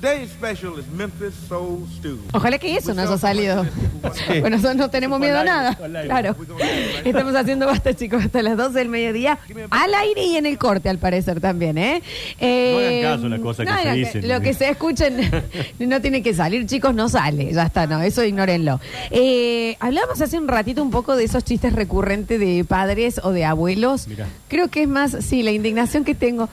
Today's special is Memphis Soul Stew. Ojalá que eso nos ha salido. Sí. Bueno, nosotros no tenemos miedo a nada. al aire. Claro. Estamos haciendo basta, chicos, hasta las 12 del mediodía. Al aire y en el corte, al parecer, también, ¿eh? Eh, No hagan caso a las cosas que se hagan dicen. Lo que se escuchen no tiene que salir, chicos, no sale. Ya está, no, eso ignórenlo. Eh, hablábamos hace un ratito un poco de esos chistes recurrentes de padres o de abuelos. Mirá. Creo que es más, sí, la indignación que tengo.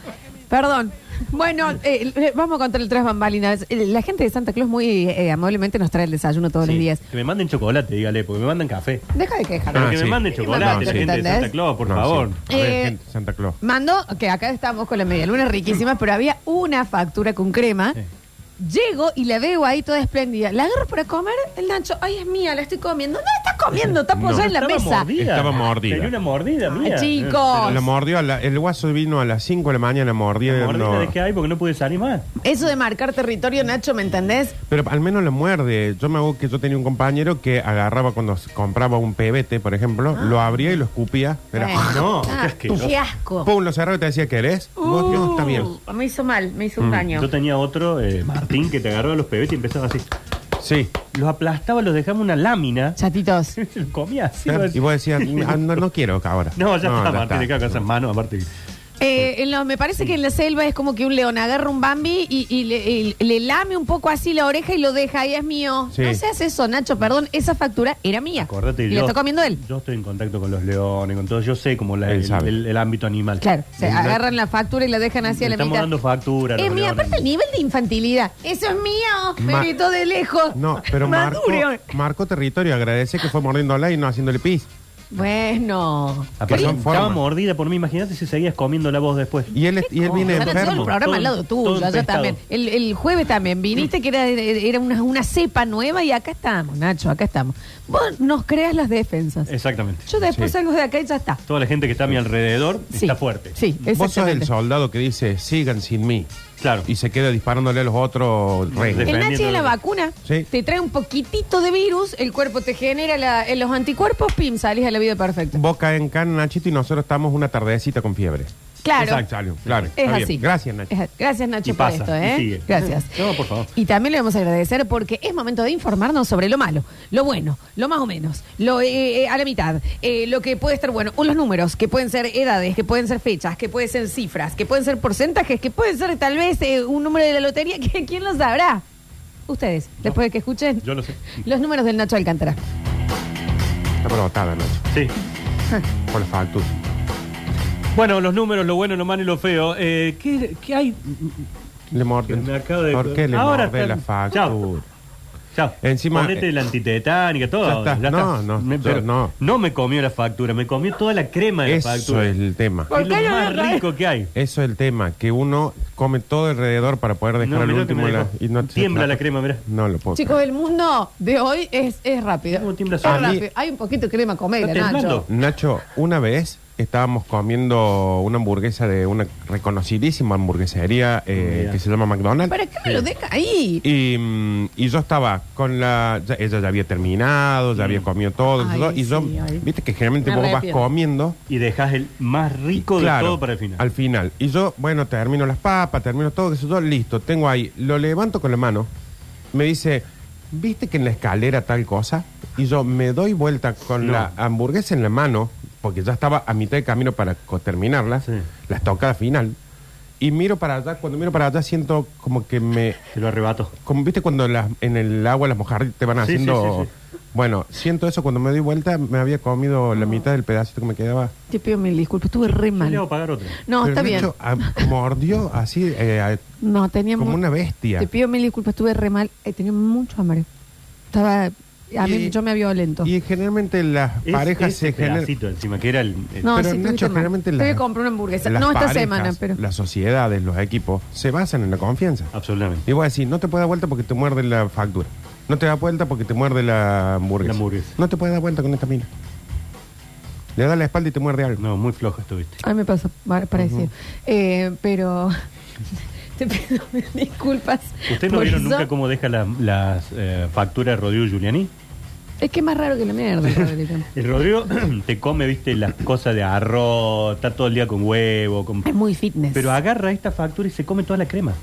Perdón. Bueno, eh, eh, vamos a contar el tras bambalinas. Eh, La gente de Santa Claus muy eh, amablemente nos trae el desayuno todos los Sí, días. Que me manden chocolate, dígale, porque me mandan café. Deja de quejar. Pero Ah, que me sí. manden Y chocolate, mandate, la gente de ¿entendés? Santa Claus, Oh, por No, favor. sí. A ver, Eh, gente, Santa Claus. Mando, que acá estamos con la medialuna riquísima, pero había una factura con crema. Sí. Llego y la veo ahí toda espléndida. La agarro para comer, el Nacho, ay, es mía, la estoy comiendo. No estás comiendo, está apoyada No. en la Estaba mesa. mordida. Estaba mordida. Tenía una mordida Ay, mía. chicos. La Dios. mordió, a la- el guaso vino a las 5 de la mañana, mordió. La mordida no. de que hay porque no pude salir más. Eso de marcar territorio, Nacho, ¿me entendés? Pero al menos la muerde. Yo me hago que yo tenía un compañero que agarraba cuando se compraba un pebete, por Ah. ejemplo, lo abría y lo escupía. Era, Bueno. no, Ah, qué asqueroso. qué asco. Pum, lo cerraba y te decía, ¿querés? Vos, no, está bien. Uh, Me hizo mal, me hizo un daño. Mm. Yo tenía otro, eh, Martín, que te agarraba los pebetes y empezaba así. Sí. Los aplastaba, los dejaba en una lámina. Chatitos. Se los comía así. Claro. lo- Y vos decías, "Ah, no, no quiero ahora. No, ya está, Martín, está. dejaba con esas manos, aparte. Eh, en lo- me parece que en la selva es como que un león agarra un Bambi y, y le, y le lame un poco así la oreja y lo deja ahí, es mío. Sí. No seas eso, Nacho, perdón, esa factura era mía. Acordate, y yo, la está comiendo él. Yo estoy en contacto con los leones, con todo. Yo sé como la- Él el, sabe. el- el ámbito animal. Claro, se agarran la factura y la dejan hacia Le la estamos mitad. dando factura. a Es los mía, leones. aparte el nivel de infantilidad. Eso es mío, Ma- perito de lejos. No, pero marcó, Maduro. marcó territorio. Agradece que fue mordiéndola y no haciéndole pis. Bueno. Aparte, Son estaba formas. mordida por mí. Imagínate si seguías comiendo la voz después. Y él, y él viene Van a todo el enfermo. programa Todo- al lado todo tuyo, allá empestado. también. El, el jueves también viniste que era, era una, una cepa nueva y acá estamos, Nacho, acá estamos. Vos nos creas las defensas. Exactamente. Yo después Eh, Sí. salgo de acá y ya está. Toda la gente que está a mi alrededor Sí. está fuerte. Sí, Vos sos el exactamente. soldado que dice, sigan sin mí. Claro. Y se queda disparándole a los otros reyes. El Nachi Dependiendo de la de- vacuna Sí. te trae un poquitito de virus, el cuerpo te genera la- eh, los anticuerpos, pim, salís a la vida perfecta. Vos caes en Can, Nachito, y nosotros estamos una tardecita con fiebre. Claro. Exacto, algo, claro. Es Está bien. así. Gracias, Nacho. Es a- gracias, Nacho, Y por pasa, esto, y ¿eh? sigue. Gracias. No, por favor. Y también le vamos a agradecer porque es momento de informarnos sobre lo malo, lo bueno, lo más o menos, lo eh, eh, a la mitad, eh, lo que puede estar bueno, o los números, que pueden ser edades, que pueden ser fechas, que pueden ser cifras, que pueden ser porcentajes, que pueden ser tal vez eh, un número de la lotería, que quién lo sabrá. Ustedes, después de que escuchen Yo lo sé. los números del Nacho Alcántara. Está brotada, Nacho. Sí. Por la factura. Bueno, los números, lo bueno, lo malo y lo feo. Eh, ¿qué, qué hay? Le morde. Que me acabo de- ¿Por qué le Ahora morde está- la factura? Chao. Chao. Encima- eh, Ponete la antitetánica, todo. Ya está. No, no, Me- yo pero no. No me comió la factura, me comió toda la crema de la Eso factura. es el tema. ¿Por Es lo qué no más me reí? rico que hay. Eso es el tema, que uno come todo alrededor para poder No, dejar mirá el lo que último. me la- dejó. y no- Tiembla la crema, mirá. No lo puedo. Chicos, el mundo de hoy es, es rápido. ¿Cómo tiembla Es solo? A mí- rápido. Hay un poquito de crema comedia, Nacho. Está temblando. Nacho, una vez estábamos comiendo una hamburguesa de una reconocidísima hamburguesería eh, Mira. que se llama McDonald's. ¿Para qué me lo deja ahí? Y, mm, y yo estaba con la. ya- ella ya había terminado, ya había comido todo. Mm. Ay, todo, y yo. sí, ay. Viste que generalmente Me vos vas arrepiento. comiendo. Y dejas el más rico Claro, de todo para el final. Al final. Y yo, bueno, termino las papas, termino todo, qué sé yo, listo, tengo ahí. Lo levanto con la mano, me dice, ¿viste que en la escalera tal cosa? Y yo me doy vuelta con No. la hamburguesa en la mano, porque ya estaba a mitad de camino para co- terminarla, Sí. la estocada final. Y miro para allá, cuando miro para allá siento como que me... Te lo arrebato. Como, ¿Viste cuando las- en el agua las mojarritas te van Sí, sí, haciendo... sí, Bueno, siento eso, cuando me doy vuelta me había comido la mitad del pedacito que me quedaba. Te pido mil disculpas, estuve re Yo le hago mal. pagar otra. No, Pero está bien. Nacho, a- mordió así, eh, a- no, tenía como mu- una bestia. Te pido mil disculpas, estuve re mal. Eh, tenía mucho hambre. Estaba. A mí, Y- yo me había violento. Y generalmente las Es parejas ese se generan. pedacito encima, que era el... el- No, pero sí, estuviste Nacho, mal. generalmente Te las- voy a comprar una hamburguesa. las No esta parejas, semana, pero- Las sociedades, los equipos, se basan en la confianza. Absolutamente. Y voy a decir, no te puede dar vuelta porque te muerde la factura. No te da vuelta porque te muerde la La hamburguesa. hamburguesa. No te puede dar vuelta con esta mina. Le da la espalda y te muerde algo. No, muy flojo estuviste. A mí me pasó va- parecido. Eh, pero. te pido mil disculpas. ¿Ustedes no por vieron eso. nunca cómo deja la- las eh, facturas Rodrigo Giuliani? Es que es más raro que la mierda, Roberto. El Rodrigo te come, viste, las cosas de arroz, está todo el día con huevo, con... Es muy fitness. Pero agarra esta factura y se come toda la crema.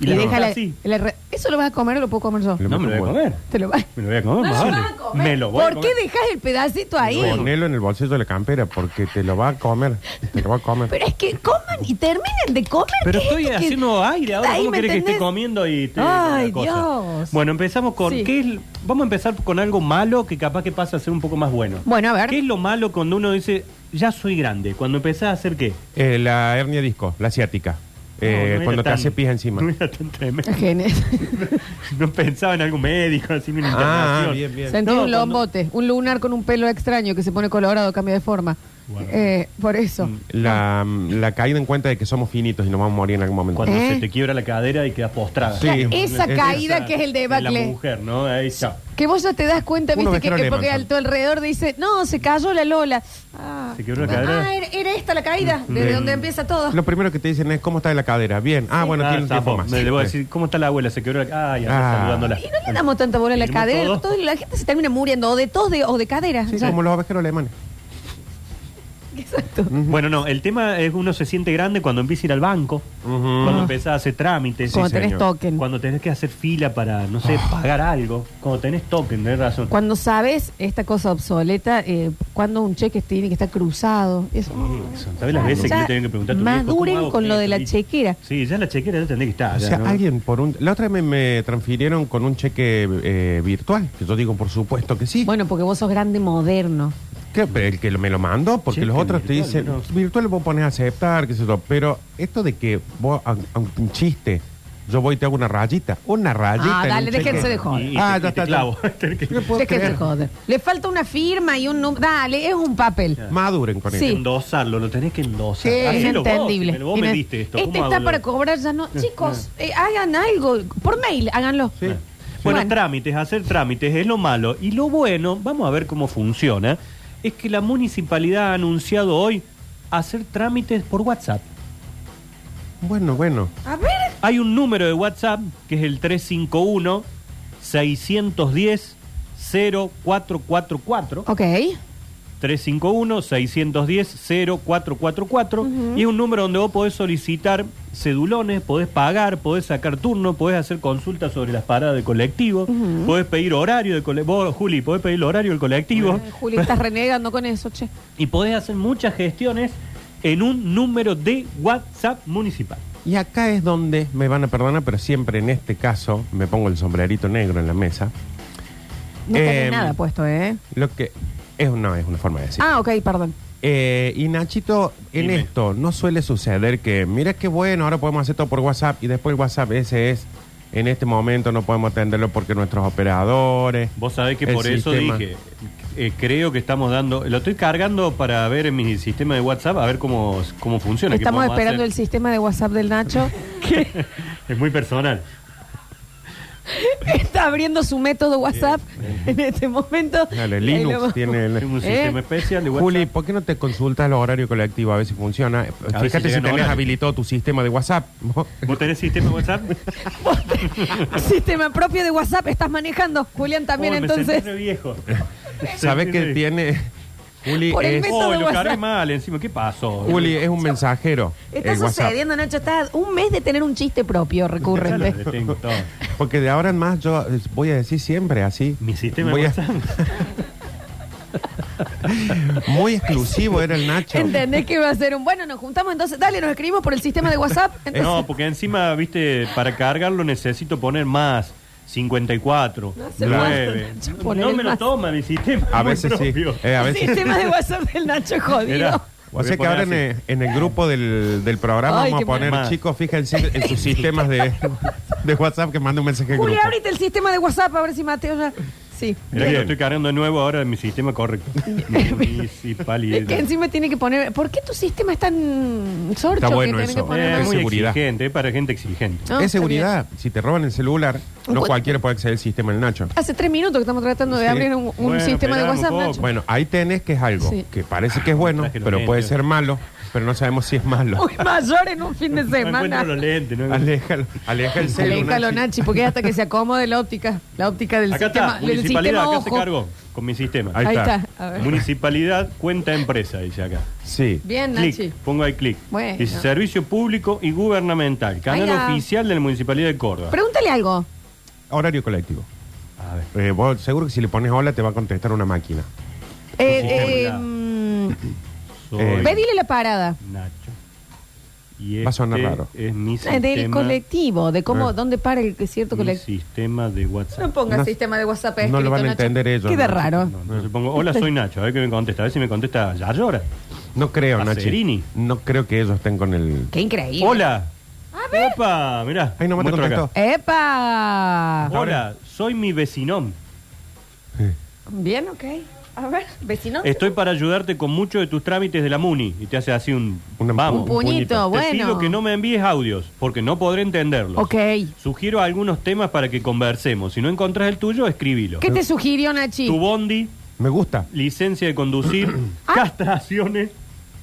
y deja deja la, así. la re- ¿Eso lo vas a comer o lo puedo comer yo? Lo No me lo voy a comer. Te lo vas. Me lo voy a comer, No más lo vale. vas a comer. Me lo voy a ¿Por comer. qué dejas el pedacito ahí? Ponelo en el bolsillo de la campera porque te lo va a comer. Te lo va a comer. Pero es que coman y terminen de comer. Pero ¿qué es estoy esto que- haciendo aire ahora. Ahí, ¿Cómo ¿me querés que esté entendés? comiendo y te Ay, la cosa? Dios. Bueno, empezamos con. Sí. ¿qué es- vamos a empezar con algo malo que capaz que pasa a ser un poco más bueno. Bueno, a ver. ¿Qué es lo malo cuando uno dice, ya soy grande? Cuando empezás a hacer qué? Eh, la hernia disco, la ciática. Eh, No, no era cuando te tan- hace pija encima. No era tan tremendo. Genes. No pensaba en algo médico, así en una Ah, internación. bien, bien. Sentí No, un cuando- lombote, un lunar con un pelo extraño que se pone colorado, cambia de forma. Eh, por Mm. eso. La, la caída en cuenta de que somos finitos y nos vamos a morir en algún momento. Cuando ¿Eh? se te quiebra la cadera y quedas postrada. Sí. Esa Es- caída que es el De la debacle. mujer, ¿no? Ahí está. Que vos ya te das cuenta, Uno viste, que, vestido que porque alemán. a tu alrededor dice, no, se cayó la Lola. Ah, Se quebró la cadera. Ah, era, era esta la caída, desde Mm. donde empieza todo. Lo primero que te dicen es cómo está de la cadera. Bien. Ah, bueno, Ah, tiene un tiempo zafó. más. Me le voy a Sí. decir, ¿cómo está la abuela? Se quebró la... Ay, Ah. anda saludándola. Y no le damos tanta bola a la Firmó cadera, todo. todo- la gente se termina muriendo o de tos de- o de cadera. Sí, Ya. como los ovejeros alemanes. Exacto. Bueno, no, el tema es uno se siente grande cuando empieza a ir al banco, Ujú. cuando empieza a hacer trámites, Ah. Cuando sí, tenés señor. Ah. token. Cuando, cuando tenés que hacer fila para, no sé, pagar algo, cuando tenés token, tenés razón. sabes esta cosa obsoleta, eh, cuando un cheque tiene que estar cruzado. Eso, Eso, ¿Sabes las veces que Ya le tienen que preguntar a tu viejo, maduren ¿cómo hago con lo esto? de la Y- chequera. Sí, ya la chequera ya tendría que estar. O ya, sea, ¿no? alguien por un... La otra vez me, me transfirieron con un cheque eh, virtual, que yo digo, por supuesto que sí. Bueno, porque vos sos grande moderno. Que, el que lo- me lo mandó, porque Cheque los otros te virtual, dicen, no. virtual vos pones a aceptar, qué sé yo. Pero esto de que vos, a, a un chiste, yo voy y te hago una rayita, una rayita. Ah, en un dale, cheque. déjense de joder. Y- y Ah, te- y ya te está. clavo. ya. No puedo Déjense creer. de joder. Le falta una firma y un número. Dale, es un papel. Maduren con Sí. eso. Endosarlo, lo tenés que endosar. Sí. Hacelo vos, Inentendible. me lo- vos me Inen- diste esto. Este ¿cómo está hago para lo- cobrar ya no. Chicos, eh, hagan algo. Por mail, háganlo. Sí. Bueno, Bueno. trámites, hacer trámites es lo malo. Y lo bueno, vamos a ver cómo funciona, es que la municipalidad ha anunciado hoy hacer trámites por WhatsApp. Bueno, bueno. A ver. Hay un número de WhatsApp que es el 351-610-0444. Ok. 351-610-0444. Y es un número donde vos podés solicitar cedulones, podés pagar, podés sacar turno, podés hacer consultas sobre las paradas de colectivo, podés pedir horario de colectivo. Vos, Juli, podés pedir el horario del colectivo. Eh, Juli, estás renegando con eso, che. Y podés hacer muchas gestiones en un número de WhatsApp municipal. Y acá es donde me van a perdonar, pero siempre en este caso me pongo el sombrerito negro en la mesa. No tenés Em, nada puesto, ¿eh? Lo que es, no es una forma de decir. Ah, ok, perdón. Eh, y Nachito, en Dime. esto no suele suceder que, mira qué bueno, ahora podemos hacer todo por WhatsApp y después el WhatsApp ese es, en este momento no podemos atenderlo porque nuestros operadores... Vos sabés que el por eso sistema- dije, eh, creo que estamos dando, lo estoy cargando para ver en mi sistema de WhatsApp, a ver cómo, cómo funciona. qué Estamos podemos esperando el hacer. sistema de WhatsApp del Nacho. que Es muy personal. está abriendo su método WhatsApp en este momento. Dale, Y ahí lo Linux vamos- tiene... el- Es un ¿Eh? sistema especial de WhatsApp. Juli, ¿por qué no te consultas el horario colectivo a ver si funciona? si Fíjate si, llegan tenés horarios. habilitado tu sistema de WhatsApp. ¿Vos tenés sistema de WhatsApp? Sistema propio de WhatsApp estás manejando, Julián, también Uy, Oh, me entonces. sentí re viejo. ¿Sabes qué tiene? Juli Por el es, método Oh, lo WhatsApp. cargué mal encima. ¿Qué pasó? Juli es un mensajero. Está el WhatsApp. sucediendo, Nacho. Está un mes de tener un chiste propio Ya lo recurrente. detengo todo. Porque de ahora en más yo eh, voy a decir siempre así. Mi sistema Voy de a- WhatsApp. Muy exclusivo era el Nacho. ¿Entendés que va a ser un bueno? Nos juntamos entonces. Dale, nos escribimos por el sistema de WhatsApp. Eh, Entonces, No, porque encima, viste, para cargarlo necesito poner más. 54, No se puede, 9. Nacho, No, poner me lo más. toma mi sistema. A muy veces sí. propio. eh, a el veces sistema de WhatsApp del Nacho es jodido. Era- O sea que ahora en, el- en el grupo del, del programa Ay, vamos qué a poner, mal. chicos, fíjense en sus sistemas de, de WhatsApp que mande un mensaje al Juli, grupo. abrite el sistema de WhatsApp a ver si Mateo ya. Sí. Mirá que Bien. lo estoy cargando de nuevo ahora en mi sistema correcto. Municipalidad. Que encima tiene que poner. ¿Por qué tu sistema es tan sorcho Está bueno que tienen eso. que Eh, poner? Es muy seguridad. exigente, eh, para gente exigente. No, es está seguridad. Si te roban el celular, no Bueno. cualquiera puede acceder al sistema del Nacho. Hace tres minutos que estamos tratando de Sí. abrir un, un Bueno, sistema de esperamos WhatsApp, un poco. Nacho. Bueno, ahí tenés que es algo Sí. que parece que es bueno, Traje los pero puede lentes. ser malo, pero no sabemos si es malo. Muy mayor en un fin de No semana. encuentro los lentes. ¿no? Aléjalo, aleja el celular. Aléjalo, Nachi, porque hasta que se acomode la óptica, la óptica del Acá sistema, está, del municipalidad, sistema acá se ojo. cargó con mi sistema. Ahí Ahí está. está. a ver. Municipalidad cuenta empresa, dice acá. Sí. Bien, Clic, Nachi. pongo ahí clic. Bueno. Dice servicio público y gubernamental, canal Ahí va. oficial de la Municipalidad de Córdoba. Pregúntale algo. horario colectivo. A ver. Eh, vos seguro que si le pones hola te va a contestar una máquina. Eh, Sí, eh, hola. mm, Soy Eh, pedile la parada. Nacho. Y Va a sonar este raro. Es Eh. mi Eh, sistema, Del colectivo, de cómo, Ah. dónde para el cierto mi colectivo. sistema de WhatsApp. No pongas No- sistema de WhatsApp. no lo escrito, van a Nacho. entender ellos, Queda Nacho. raro. No, entonces pongo, hola, soy Nacho. A ver qué me contesta. A ver si me contesta ya llora. No creo, Nachi. Pacerini. No creo que ellos estén con el. Qué increíble. Hola. A ver. Opa, mirá. Ahí nomás te muestro acá. contestó. ¡Epa! Hola, soy mi vecinón. eh, Bien, ok. A ver, vecino. Estoy para ayudarte con muchos de tus trámites de la MUNI. Y te hace así un... Una- vamos, Un puñito, bueno. Te pido que no me envíes audios, porque no podré entenderlos. Ok. ¿Qué Sugiero algunos temas para que conversemos. Si no encontrás el tuyo, escríbilo. te sugirió, Nachi? Tu bondi, Me gusta. licencia de conducir, Ah. castraciones.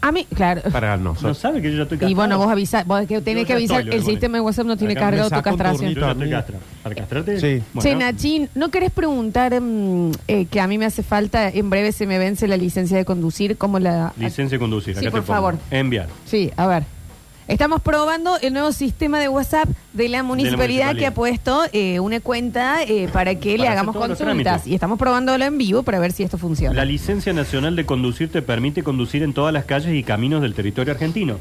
A mí, claro. Para No nosotros. sabe que yo ya estoy castrado. Y bueno, vos avisás, vos que tenés Yo que ya avisar, estoy, le el voy a sistema de WhatsApp no tiene Acá me cargado tu saca un castración. Yo ya estoy Tony. castrado. ¿Para castrarte? Sí. Bueno. Che, Nachín, ¿no querés preguntar mm, eh, que a mí me hace falta, en breve se me vence la licencia de conducir, cómo la... Licencia de conducir. Sí, acá te por pongo. favor. Enviar. Sí, a ver. Estamos probando el nuevo sistema de WhatsApp de la municipalidad, municipalidad. que ha puesto eh, una cuenta eh, para que le hacer hagamos todos los consultas. trámites. Y estamos probándolo en vivo para ver si esto funciona. La licencia nacional de conducir te permite conducir en todas las calles y caminos del territorio argentino.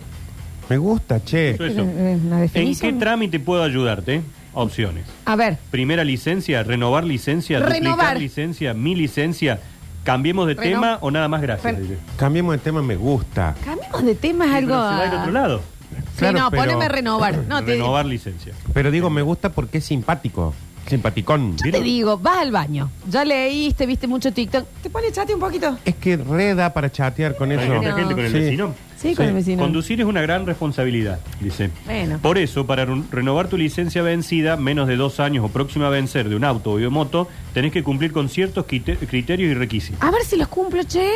Me gusta, che. Eso es eso. Eh, eh, una ¿En definición. qué trámite puedo ayudarte? Opciones. a ver, Primera licencia, renovar licencia, Renovar. duplicar licencia, mi licencia. Cambiemos de Reno- tema o nada más gracias. Ren- dice. Cambiemos de tema, me gusta. cambiemos de tema Sí, algo... pero se va del a- otro lado. Sí, Claro, no, pero- poneme renovar. No, te, Renovar licencia. Pero digo, me gusta porque es simpático. Simpaticón. yo te digo, vas al baño, ya leíste, viste mucho TikTok, te pone chate un poquito. Es que reda para chatear con Hay eso. gente- gente con el Sí. vecino. Sí, con Sí. el vecino. Conducir es una gran responsabilidad, dice. Bueno. Por eso, para re- renovar tu licencia vencida, menos de dos años o próxima a vencer de un auto o de moto, tenés que cumplir con ciertos quite- criterios y requisitos. A ver si los cumplo, che.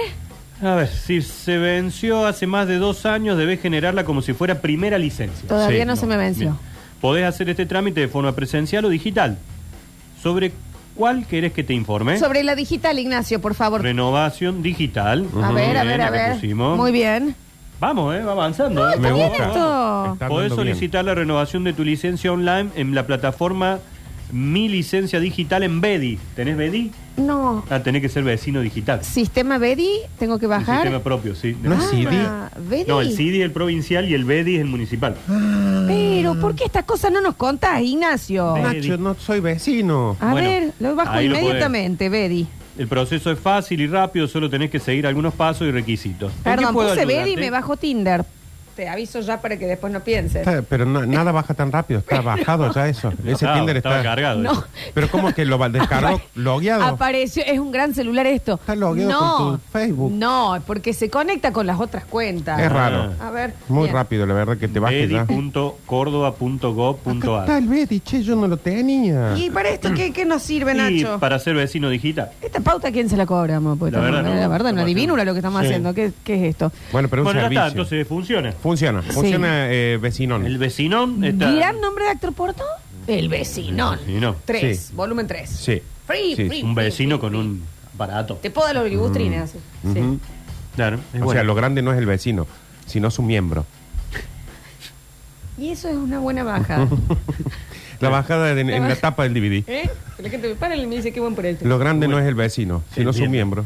A ver, si se venció hace más de dos años, debés generarla como si fuera primera licencia. Todavía Sí, no, se me venció. Bien. Podés hacer este trámite de forma presencial o digital. ¿Sobre cuál querés que te informe? Sobre la digital, Ignacio, por favor. Renovación digital. a ver, a Bien, ver, a acá ver. pusimos. Muy bien. Vamos, eh, va avanzando. eh. Me bien gusta. esto. Está Podés andando bien. solicitar la renovación de tu licencia online en la plataforma Mi Licencia Digital en Bedi. ¿Tenés Bedi? No. Ah, tenés que ser vecino digital. Sistema Bedi, tengo que Un sistema bajar. propio, sí. No es CD. Ah, Bedi. No, el CIDI es el provincial y el Bedi es el municipal. Pero, ¿por qué estas cosas no nos contás, Ignacio? Bedi. Nacho, no soy vecino. A Bueno, ver, lo bajo ahí lo podés. inmediatamente, Bedi. El proceso es fácil y rápido, solo tenés que seguir algunos pasos y requisitos. ¿En qué Perdón, puedo puse Bedi y ayudarte? me bajo Tinder. Te aviso ya para que después no pienses. Está- pero na- nada baja tan rápido. Está bajado ya eso. Ese Estaba- Tinder estaba está. cargado. No. Pero como que lo va- descargó logueado. Apareció, es un gran celular esto. Está logueado con tu Facebook. No, porque se conecta con las otras cuentas. Es raro. Ah. A ver. Muy bien. rápido, la verdad, que te bajes ¿eh? ya. Acá Está Bedi.córdoba.gov.ar. el Betty, che, yo no lo tenía. ¿Y para esto qué, qué nos sirve, Y Nacho? para ser vecino digital. Esta pauta, ¿quién se la cobramos? Pues, La estamos- verdad, no. la verdad, no Estamos adivino haciendo- lo que estamos Sí. haciendo. ¿Qué, qué es esto? Bueno, pero un bueno, ya servicio. está, entonces funciona. Funciona, Sí. funciona eh, vecinón. El vecinón está. ¿Gran nombre de actor porto? El vecinón. El vecinón. Tres, Sí. volumen tres. Sí. Free, Sí. free. Un vecino con un aparato. Te puedo dar los ligustrines. Sí. Ujú. Claro, es O bueno. sea, lo grande no es el vecino, sino su miembro. Y eso es una buena baja. La bajada en, en baj- la tapa del DVD. ¿Eh? La gente me para y me dice qué buen proyecto. Lo grande no es el vecino, sino El su miembro. miembro.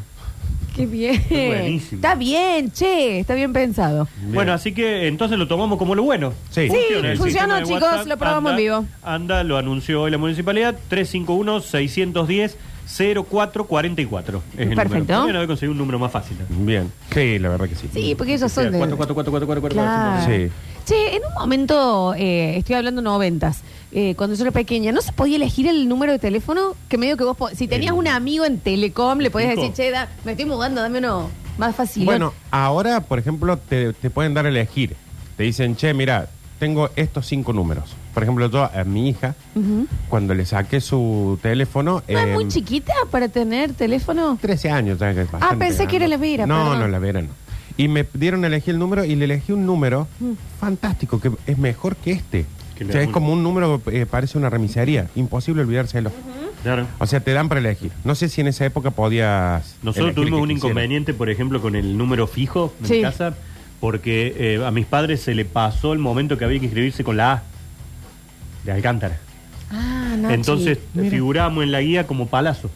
Qué bien. buenísimo. Está bien, che, está bien pensado. Bueno, así que entonces lo tomamos como lo bueno. Sí. Sí, el funcionó, sistema de chicos, lo probamos anda- en vivo. Anda, lo anunció hoy la municipalidad, 351-610-0444. Es el Perfecto. número. Podrían haber conseguido un número más fácil. ¿no? Bien. Sí, la verdad que sí. Sí, porque ellos son de. 444444. Claro. Sí. Che, en un momento, eh, estoy hablando noventas, eh, cuando yo era pequeña, ¿no se podía elegir el número de teléfono? Que medio que vos, po- si tenías El- un amigo en Telecom, le podías Cinco. decir, che, da- me estoy mudando, dame uno más fácil. Bueno, ahora, por ejemplo, te, te pueden dar a elegir. Te dicen, che, mira, tengo estos cinco números. Por ejemplo, yo a mi hija, cuando le saqué su teléfono... ¿No es em, muy chiquita para tener teléfono? 13 años. ya que es bastante Ah, pensé que era la Vera, No, perdón. no, la Vera no. Y me dieron a elegir el número y le elegí un número Mm. fantástico, que es mejor que este. Que o la sea, es una. como un número que parece una remisería. Imposible olvidárselo. Claro. O sea, te dan para elegir. No sé si en esa época podías. Nosotros elegir tuvimos que un quisieras. inconveniente, por ejemplo, con el número fijo en Sí. casa, porque eh, a mis padres se le pasó el momento que había que inscribirse con la A de Alcántara. Ah, Nachi. Entonces Mira. figuramos en la guía como Palazzo,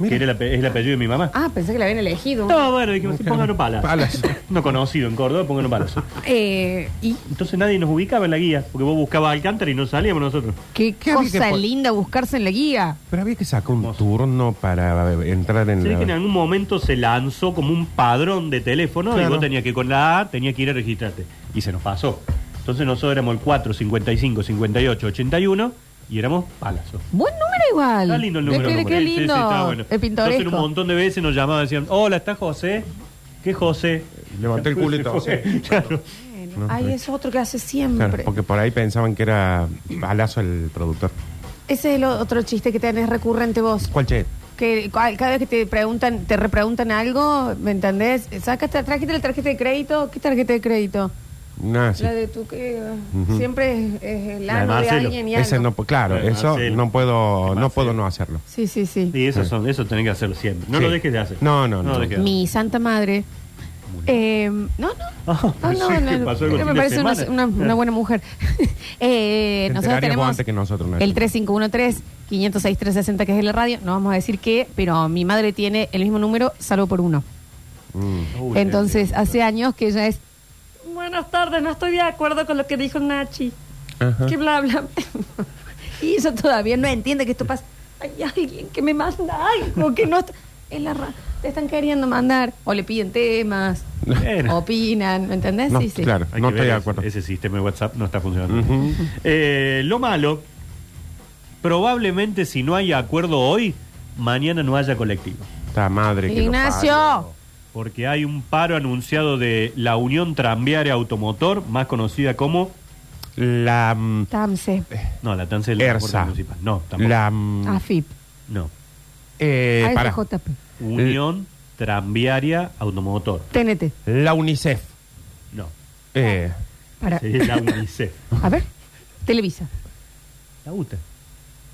Mira. que era el ape- es el apellido de mi mamá. Ah, pensé que la habían elegido. No, bueno, dijimos, Ok. pónganos Palazzo. Palazzo. No conocido en Córdoba, pónganos Palazzo. Eh, y Entonces nadie nos ubicaba en la guía, porque vos buscabas Alcántara y no salíamos nosotros. qué, ¿Qué había que cosa pon- linda buscarse en la guía. Pero había que sacar un Hermoso. turno para eh, entrar en Se ve que en la... algún momento se lanzó como un padrón de teléfono y Claro. vos tenías que ir con la A, tenías que ir a registrarte. Y se nos pasó. Entonces nosotros éramos el 4, 55, 58, 81 y éramos palazos. Buen número igual. Está lindo el número. Qué, ¿no? qué Sí, sí, lindo. está bueno. Es pintoresco. Entonces un montón de veces nos llamaban y decían, hola, ¿está José? ¿Qué José? Levanté el culito. Claro. Bueno, Ay, es otro que hace siempre. Claro, porque por ahí pensaban que era balazo el productor. Ese es el otro chiste que tenés recurrente vos. ¿Cuál che? Que cua- cada vez que te preguntan, te repreguntan algo, ¿me entendés? Sacaste, trajiste la tarjeta de crédito. ¿Qué tarjeta de crédito? Nada, sí. La de tu que Ujú. siempre es, es el La de ano de, Marcelo. alguien y Ese algo. no, po- claro, Bueno, eso Marcelo. no puedo, no Marcelo. puedo no hacerlo. Sí, sí, sí. Y eso, son, eso tenés que hacerlo siempre. No Sí. lo dejes de hacer. No, no, no. lo dejes de hacer. Mi santa madre. Eh, no, no. Ah, No, pensé no, que no, pasó algo me el fin de parece una, semana. una- una buena mujer. eh, Te nosotros enterarías vos tenemos antes que nosotros, Nacho. el 3513-506-360, que es de la radio. No vamos a decir qué, pero mi madre tiene el mismo número, salvo por uno. Mm. Uy, Entonces, ah. eh, hace años que ella es. Buenas tardes, no estoy de acuerdo con lo que dijo Nachi. Ajá. Que bla, bla. Y ella todavía no entiende que esto pasa. Hay alguien que me manda algo que Porque no no. está. está- es la ra- te están queriendo mandar. O le piden temas. Bueno. Opinan. ¿Me entendés? No, sí, sí. claro. Hay No que estoy ver de ese- acuerdo. Ese sistema de WhatsApp no está funcionando. Ujú. Eh, lo malo, probablemente si no hay acuerdo hoy, mañana no haya colectivo. Esta madre que lo Ignacio. parió. Porque hay un paro anunciado de la Unión Tranviaria Automotor, más conocida como. La mm, Tamse. No, la TANSE del ERSA. Municipal. No, tampoco. La mm, AFIP. No. eh, pará. AFJP. Unión Eh. Tranviaria Automotor. TNT. La UNICEF. No. Eh, Para. Es la UNICEF. A ver. Televisa. La E. UTA.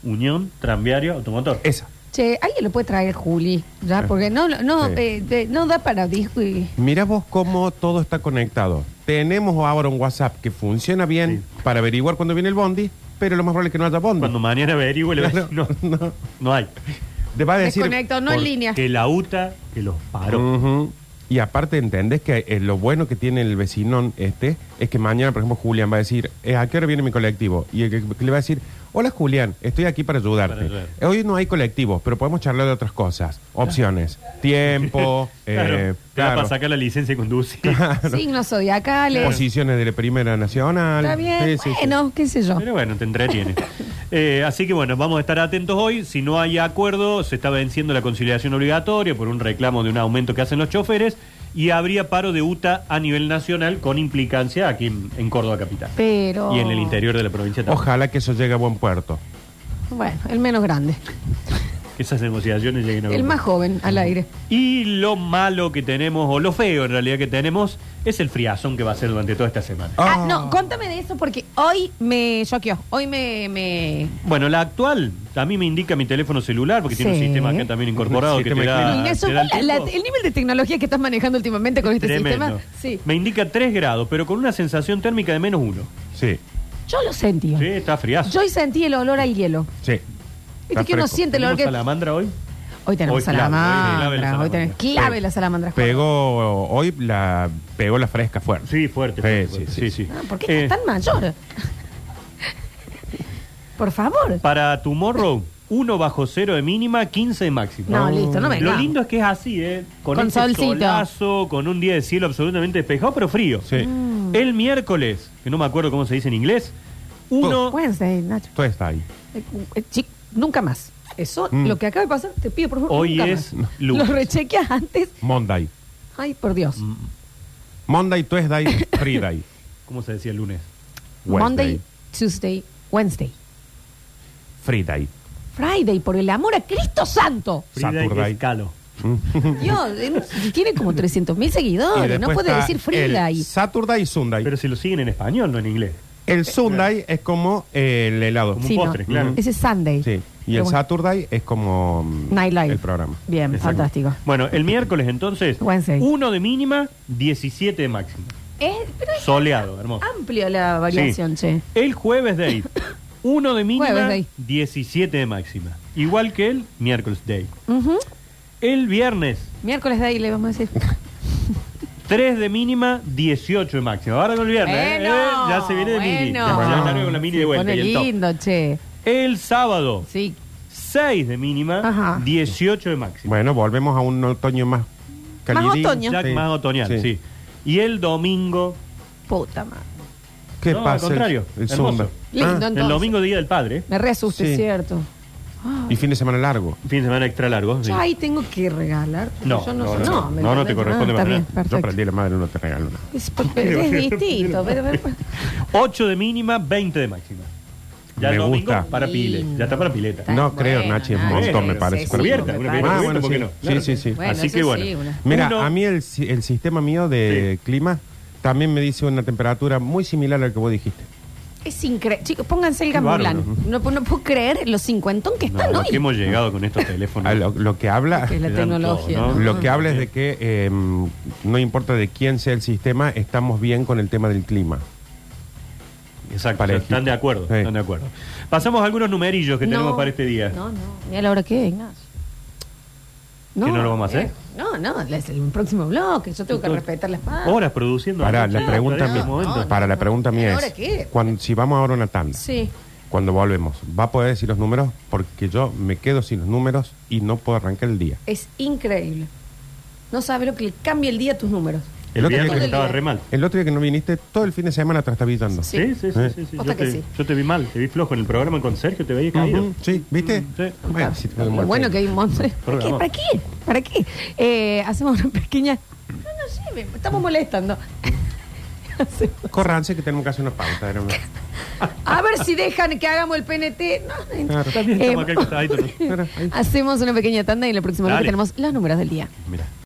Unión Tranviaria Automotor. esa. Che, alguien lo puede traer Juli, ya, porque no, no, no, Sí. eh, de- no da para discutir. Mira vos cómo todo está conectado. Tenemos ahora un WhatsApp que funciona bien para averiguar cuándo viene el bondi, pero lo más probable es que no haya bondi. Cuando mañana averigüe, le va a decir, Claro, no, no. no hay. Te va a decir. Desconecto, no en línea. Que la UTA que los paró. Ujú. Y aparte entendés que eh, lo bueno que tiene el vecinón este es que mañana, por ejemplo, Julián va a decir, eh, ¿a qué hora viene mi colectivo? Y el que- que le va a decir, hola Julián, estoy aquí para ayudarte. Para ayudar. Eh, Hoy no hay colectivos, pero podemos charlar de otras cosas. Opciones, tiempo, Claro, eh, te da claro, para sacar la licencia y conducir. Signos zodiacales. posiciones de la Primera Nacional. Está bien, Sí, sí, sí. bueno, qué sé yo. Pero bueno, te entretiene. Eh, así que bueno, vamos a estar atentos hoy. Si no hay acuerdo, se está venciendo la conciliación obligatoria por un reclamo de un aumento que hacen los choferes y habría paro de UTA a nivel nacional con implicancia aquí en, en Córdoba Capital. Pero. Y en el interior de la provincia también. Ojalá que eso llegue a buen puerto. Bueno, el menos grande. Que esas negociaciones lleguen a El más joven al aire. Y lo malo que tenemos, o lo feo en realidad que tenemos, es el friazón que va a ser durante toda esta semana. Ah, no, contame de eso porque hoy me choqueó. Hoy me. me... Bueno, la actual, a mí me indica mi teléfono celular, porque tiene Sí. un sistema acá también incorporado que te Sistema da, Ah, Ignacio, te da el ¿cuál la- tiempo. la- el nivel de tecnología que estás manejando últimamente con este Tremendo. sistema. Sí. Me indica 3 grados, pero con una sensación térmica de menos 1. Sí, Yo lo sentí. Sí, está friazo. Mm. Yo hoy sentí el olor al hielo. sí. Viste Está que uno fresco. siente el olor ¿Tenemos que. salamandra hoy? Hoy tenemos Hoy clave, hoy es clave la salamandra. Hoy tenemos salamandra. clave la salamandra. Pegó, hoy la pegó la fresca fuerte. Sí, fuerte. Sí, fuerte, sí, fuerte. sí, Ah, ¿Por qué Eh, estás tan mayor? Por favor. Para Tomorrow, 1 bajo 0 de mínima, 15 de máxima. No, listo, no me Lo lindo es que es así, ¿eh? Con, Con este solcito. solazo, con un día de cielo absolutamente despejado, pero frío. Sí. Mm. El miércoles, que no me acuerdo cómo se dice en inglés, 1... Acuérdense, Nacho. Todo está ahí. Eh, eh, chi- nunca más. Eso, Mm. lo que acaba de pasar, te pido por favor. Hoy nunca es más. lunes. Mm, Lo rechequeas antes. Monday. Ay, por Dios. Monday, Tuesday, Friday. ¿Cómo se decía el lunes? Monday, Wednesday, Tuesday, Wednesday. Friday. Friday, por el amor a Cristo Santo. Frida y Saturday. Escalo. Mm. Dios, eh, tiene como 300 mil seguidores. No después puede está decir Friday. El Saturday y Sunday. Pero eh, si lo siguen en español, no en inglés. el Sunday es como eh, el helado. Como Sí, un no. postre, claro. Ese es Sunday. Sí. Y Pero el bueno. Saturday es como mm, Nightlife. el programa. Bien, Exacto. fantástico. Bueno, el miércoles entonces, Wednesday. 1 de mínima, 17 de máxima. Es, pero es Soleado, hermoso. amplio la variación, Sí. che. El jueves de ahí, 1 de mínima, Jueves Day. 17 de máxima. Igual que el miércoles day. El viernes, Miércoles de ahí le vamos a decir. 3 de mínima, 18 de máxima. Ahora con el viernes, ¿eh? Bueno, Eh, ya se viene de mini. bueno. Ya se viene largo con la mini de Se vuelta pone y el top. lindo, che. El sábado, Sí. 6 de mínima, Ajá. 18 de máxima. Bueno, volvemos a un otoño más caliente. otoño. Jack más otoñal, sí. Y el domingo, Puta madre. ¿Qué No, al pasa? El- contrario, El, hermoso. Zumba. Lindo, Ah, Entonces. el domingo día del padre, Me reasusté, Sí. cierto. y fin de semana largo. fin de semana extra largo. sí. Yo ahí tengo que regalar. porque No, yo no, no, sé- no, no, no, me no, no te entendés. corresponde Ah, está para bien, nada. Yo perfecto. perdí la madre, no te regalo nada. Es, pero es distinto. pero- pero- 8 de mínima, 20 de máxima. Ya Me el domingo gusta. para pile, ya está para pileta. Está No bueno, creo, Nachi, es un Nachi, montón, me sí, parece. sí, para- cubierta, Ah, una pileta bueno, cubierta, ¿por qué no? sí. Claro. Sí, sí, sí. Bueno, Así eso que bueno. sí, una- Mira, Uno- a mí el, si- el sistema mío de clima también me dice una temperatura muy similar a la que vos dijiste. Es increíble. Chicos, pónganse el Qué bárbaro. gamulán. No, pu- no puedo creer los cincuentón que están No, hoy. que hemos llegado con Ah, estos teléfonos. Ah, lo, lo que habla, Que es la te dan tecnología. todo, ¿no? lo que habla es de que eh, no importa de quién sea el sistema, estamos bien con el tema del clima. Exacto, Parejito. están de acuerdo, Sí. están de acuerdo. Pasamos a algunos numerillos que No, tenemos para este día. No, no. Mira la hora que es, Ignacio. ¿Que no lo vamos a hacer? eh, No, no, es el próximo bloque. Yo tengo que respetar las palabras. Horas produciendo. Para Nacho, la pregunta en mía, este momento. no, para la no. pregunta mía ¿Ahora es, qué? cuando, si vamos ahora a una tanda, Sí. cuando volvemos, ¿va a poder decir los números? Porque yo me quedo sin los números y no puedo arrancar el día. Es increíble. No sabes lo que le cambia el día a tus números. El El otro viernes día- estaba re mal. El otro día que no viniste, todo el fin de semana trastabillando. Sí. Sí, sí, sí. Eh. sí, sí. Posta Yo, que te, sí. yo te vi mal, te vi flojo en el programa con Sergio, te veía caído. Ujú, sí, ¿viste? Mm, Sí. Bueno, sí, te Lo doy un buen bueno cheque. que hay un montón. ¿Para qué? Programa. ¿Para qué? ¿Para qué? Eh, hacemos una pequeña. No, no sé, me estamos molestando. Hacemos- Corranse que tenemos que hacer una pauta. era una- A ver si dejan que hagamos el PNT. No, no entiendo. Claro. También estamos Eh, acá al costadito, ¿no? Claro, ahí. Hacemos una pequeña tanda y en el próximo bloque Dale. tenemos los números del día. Mira.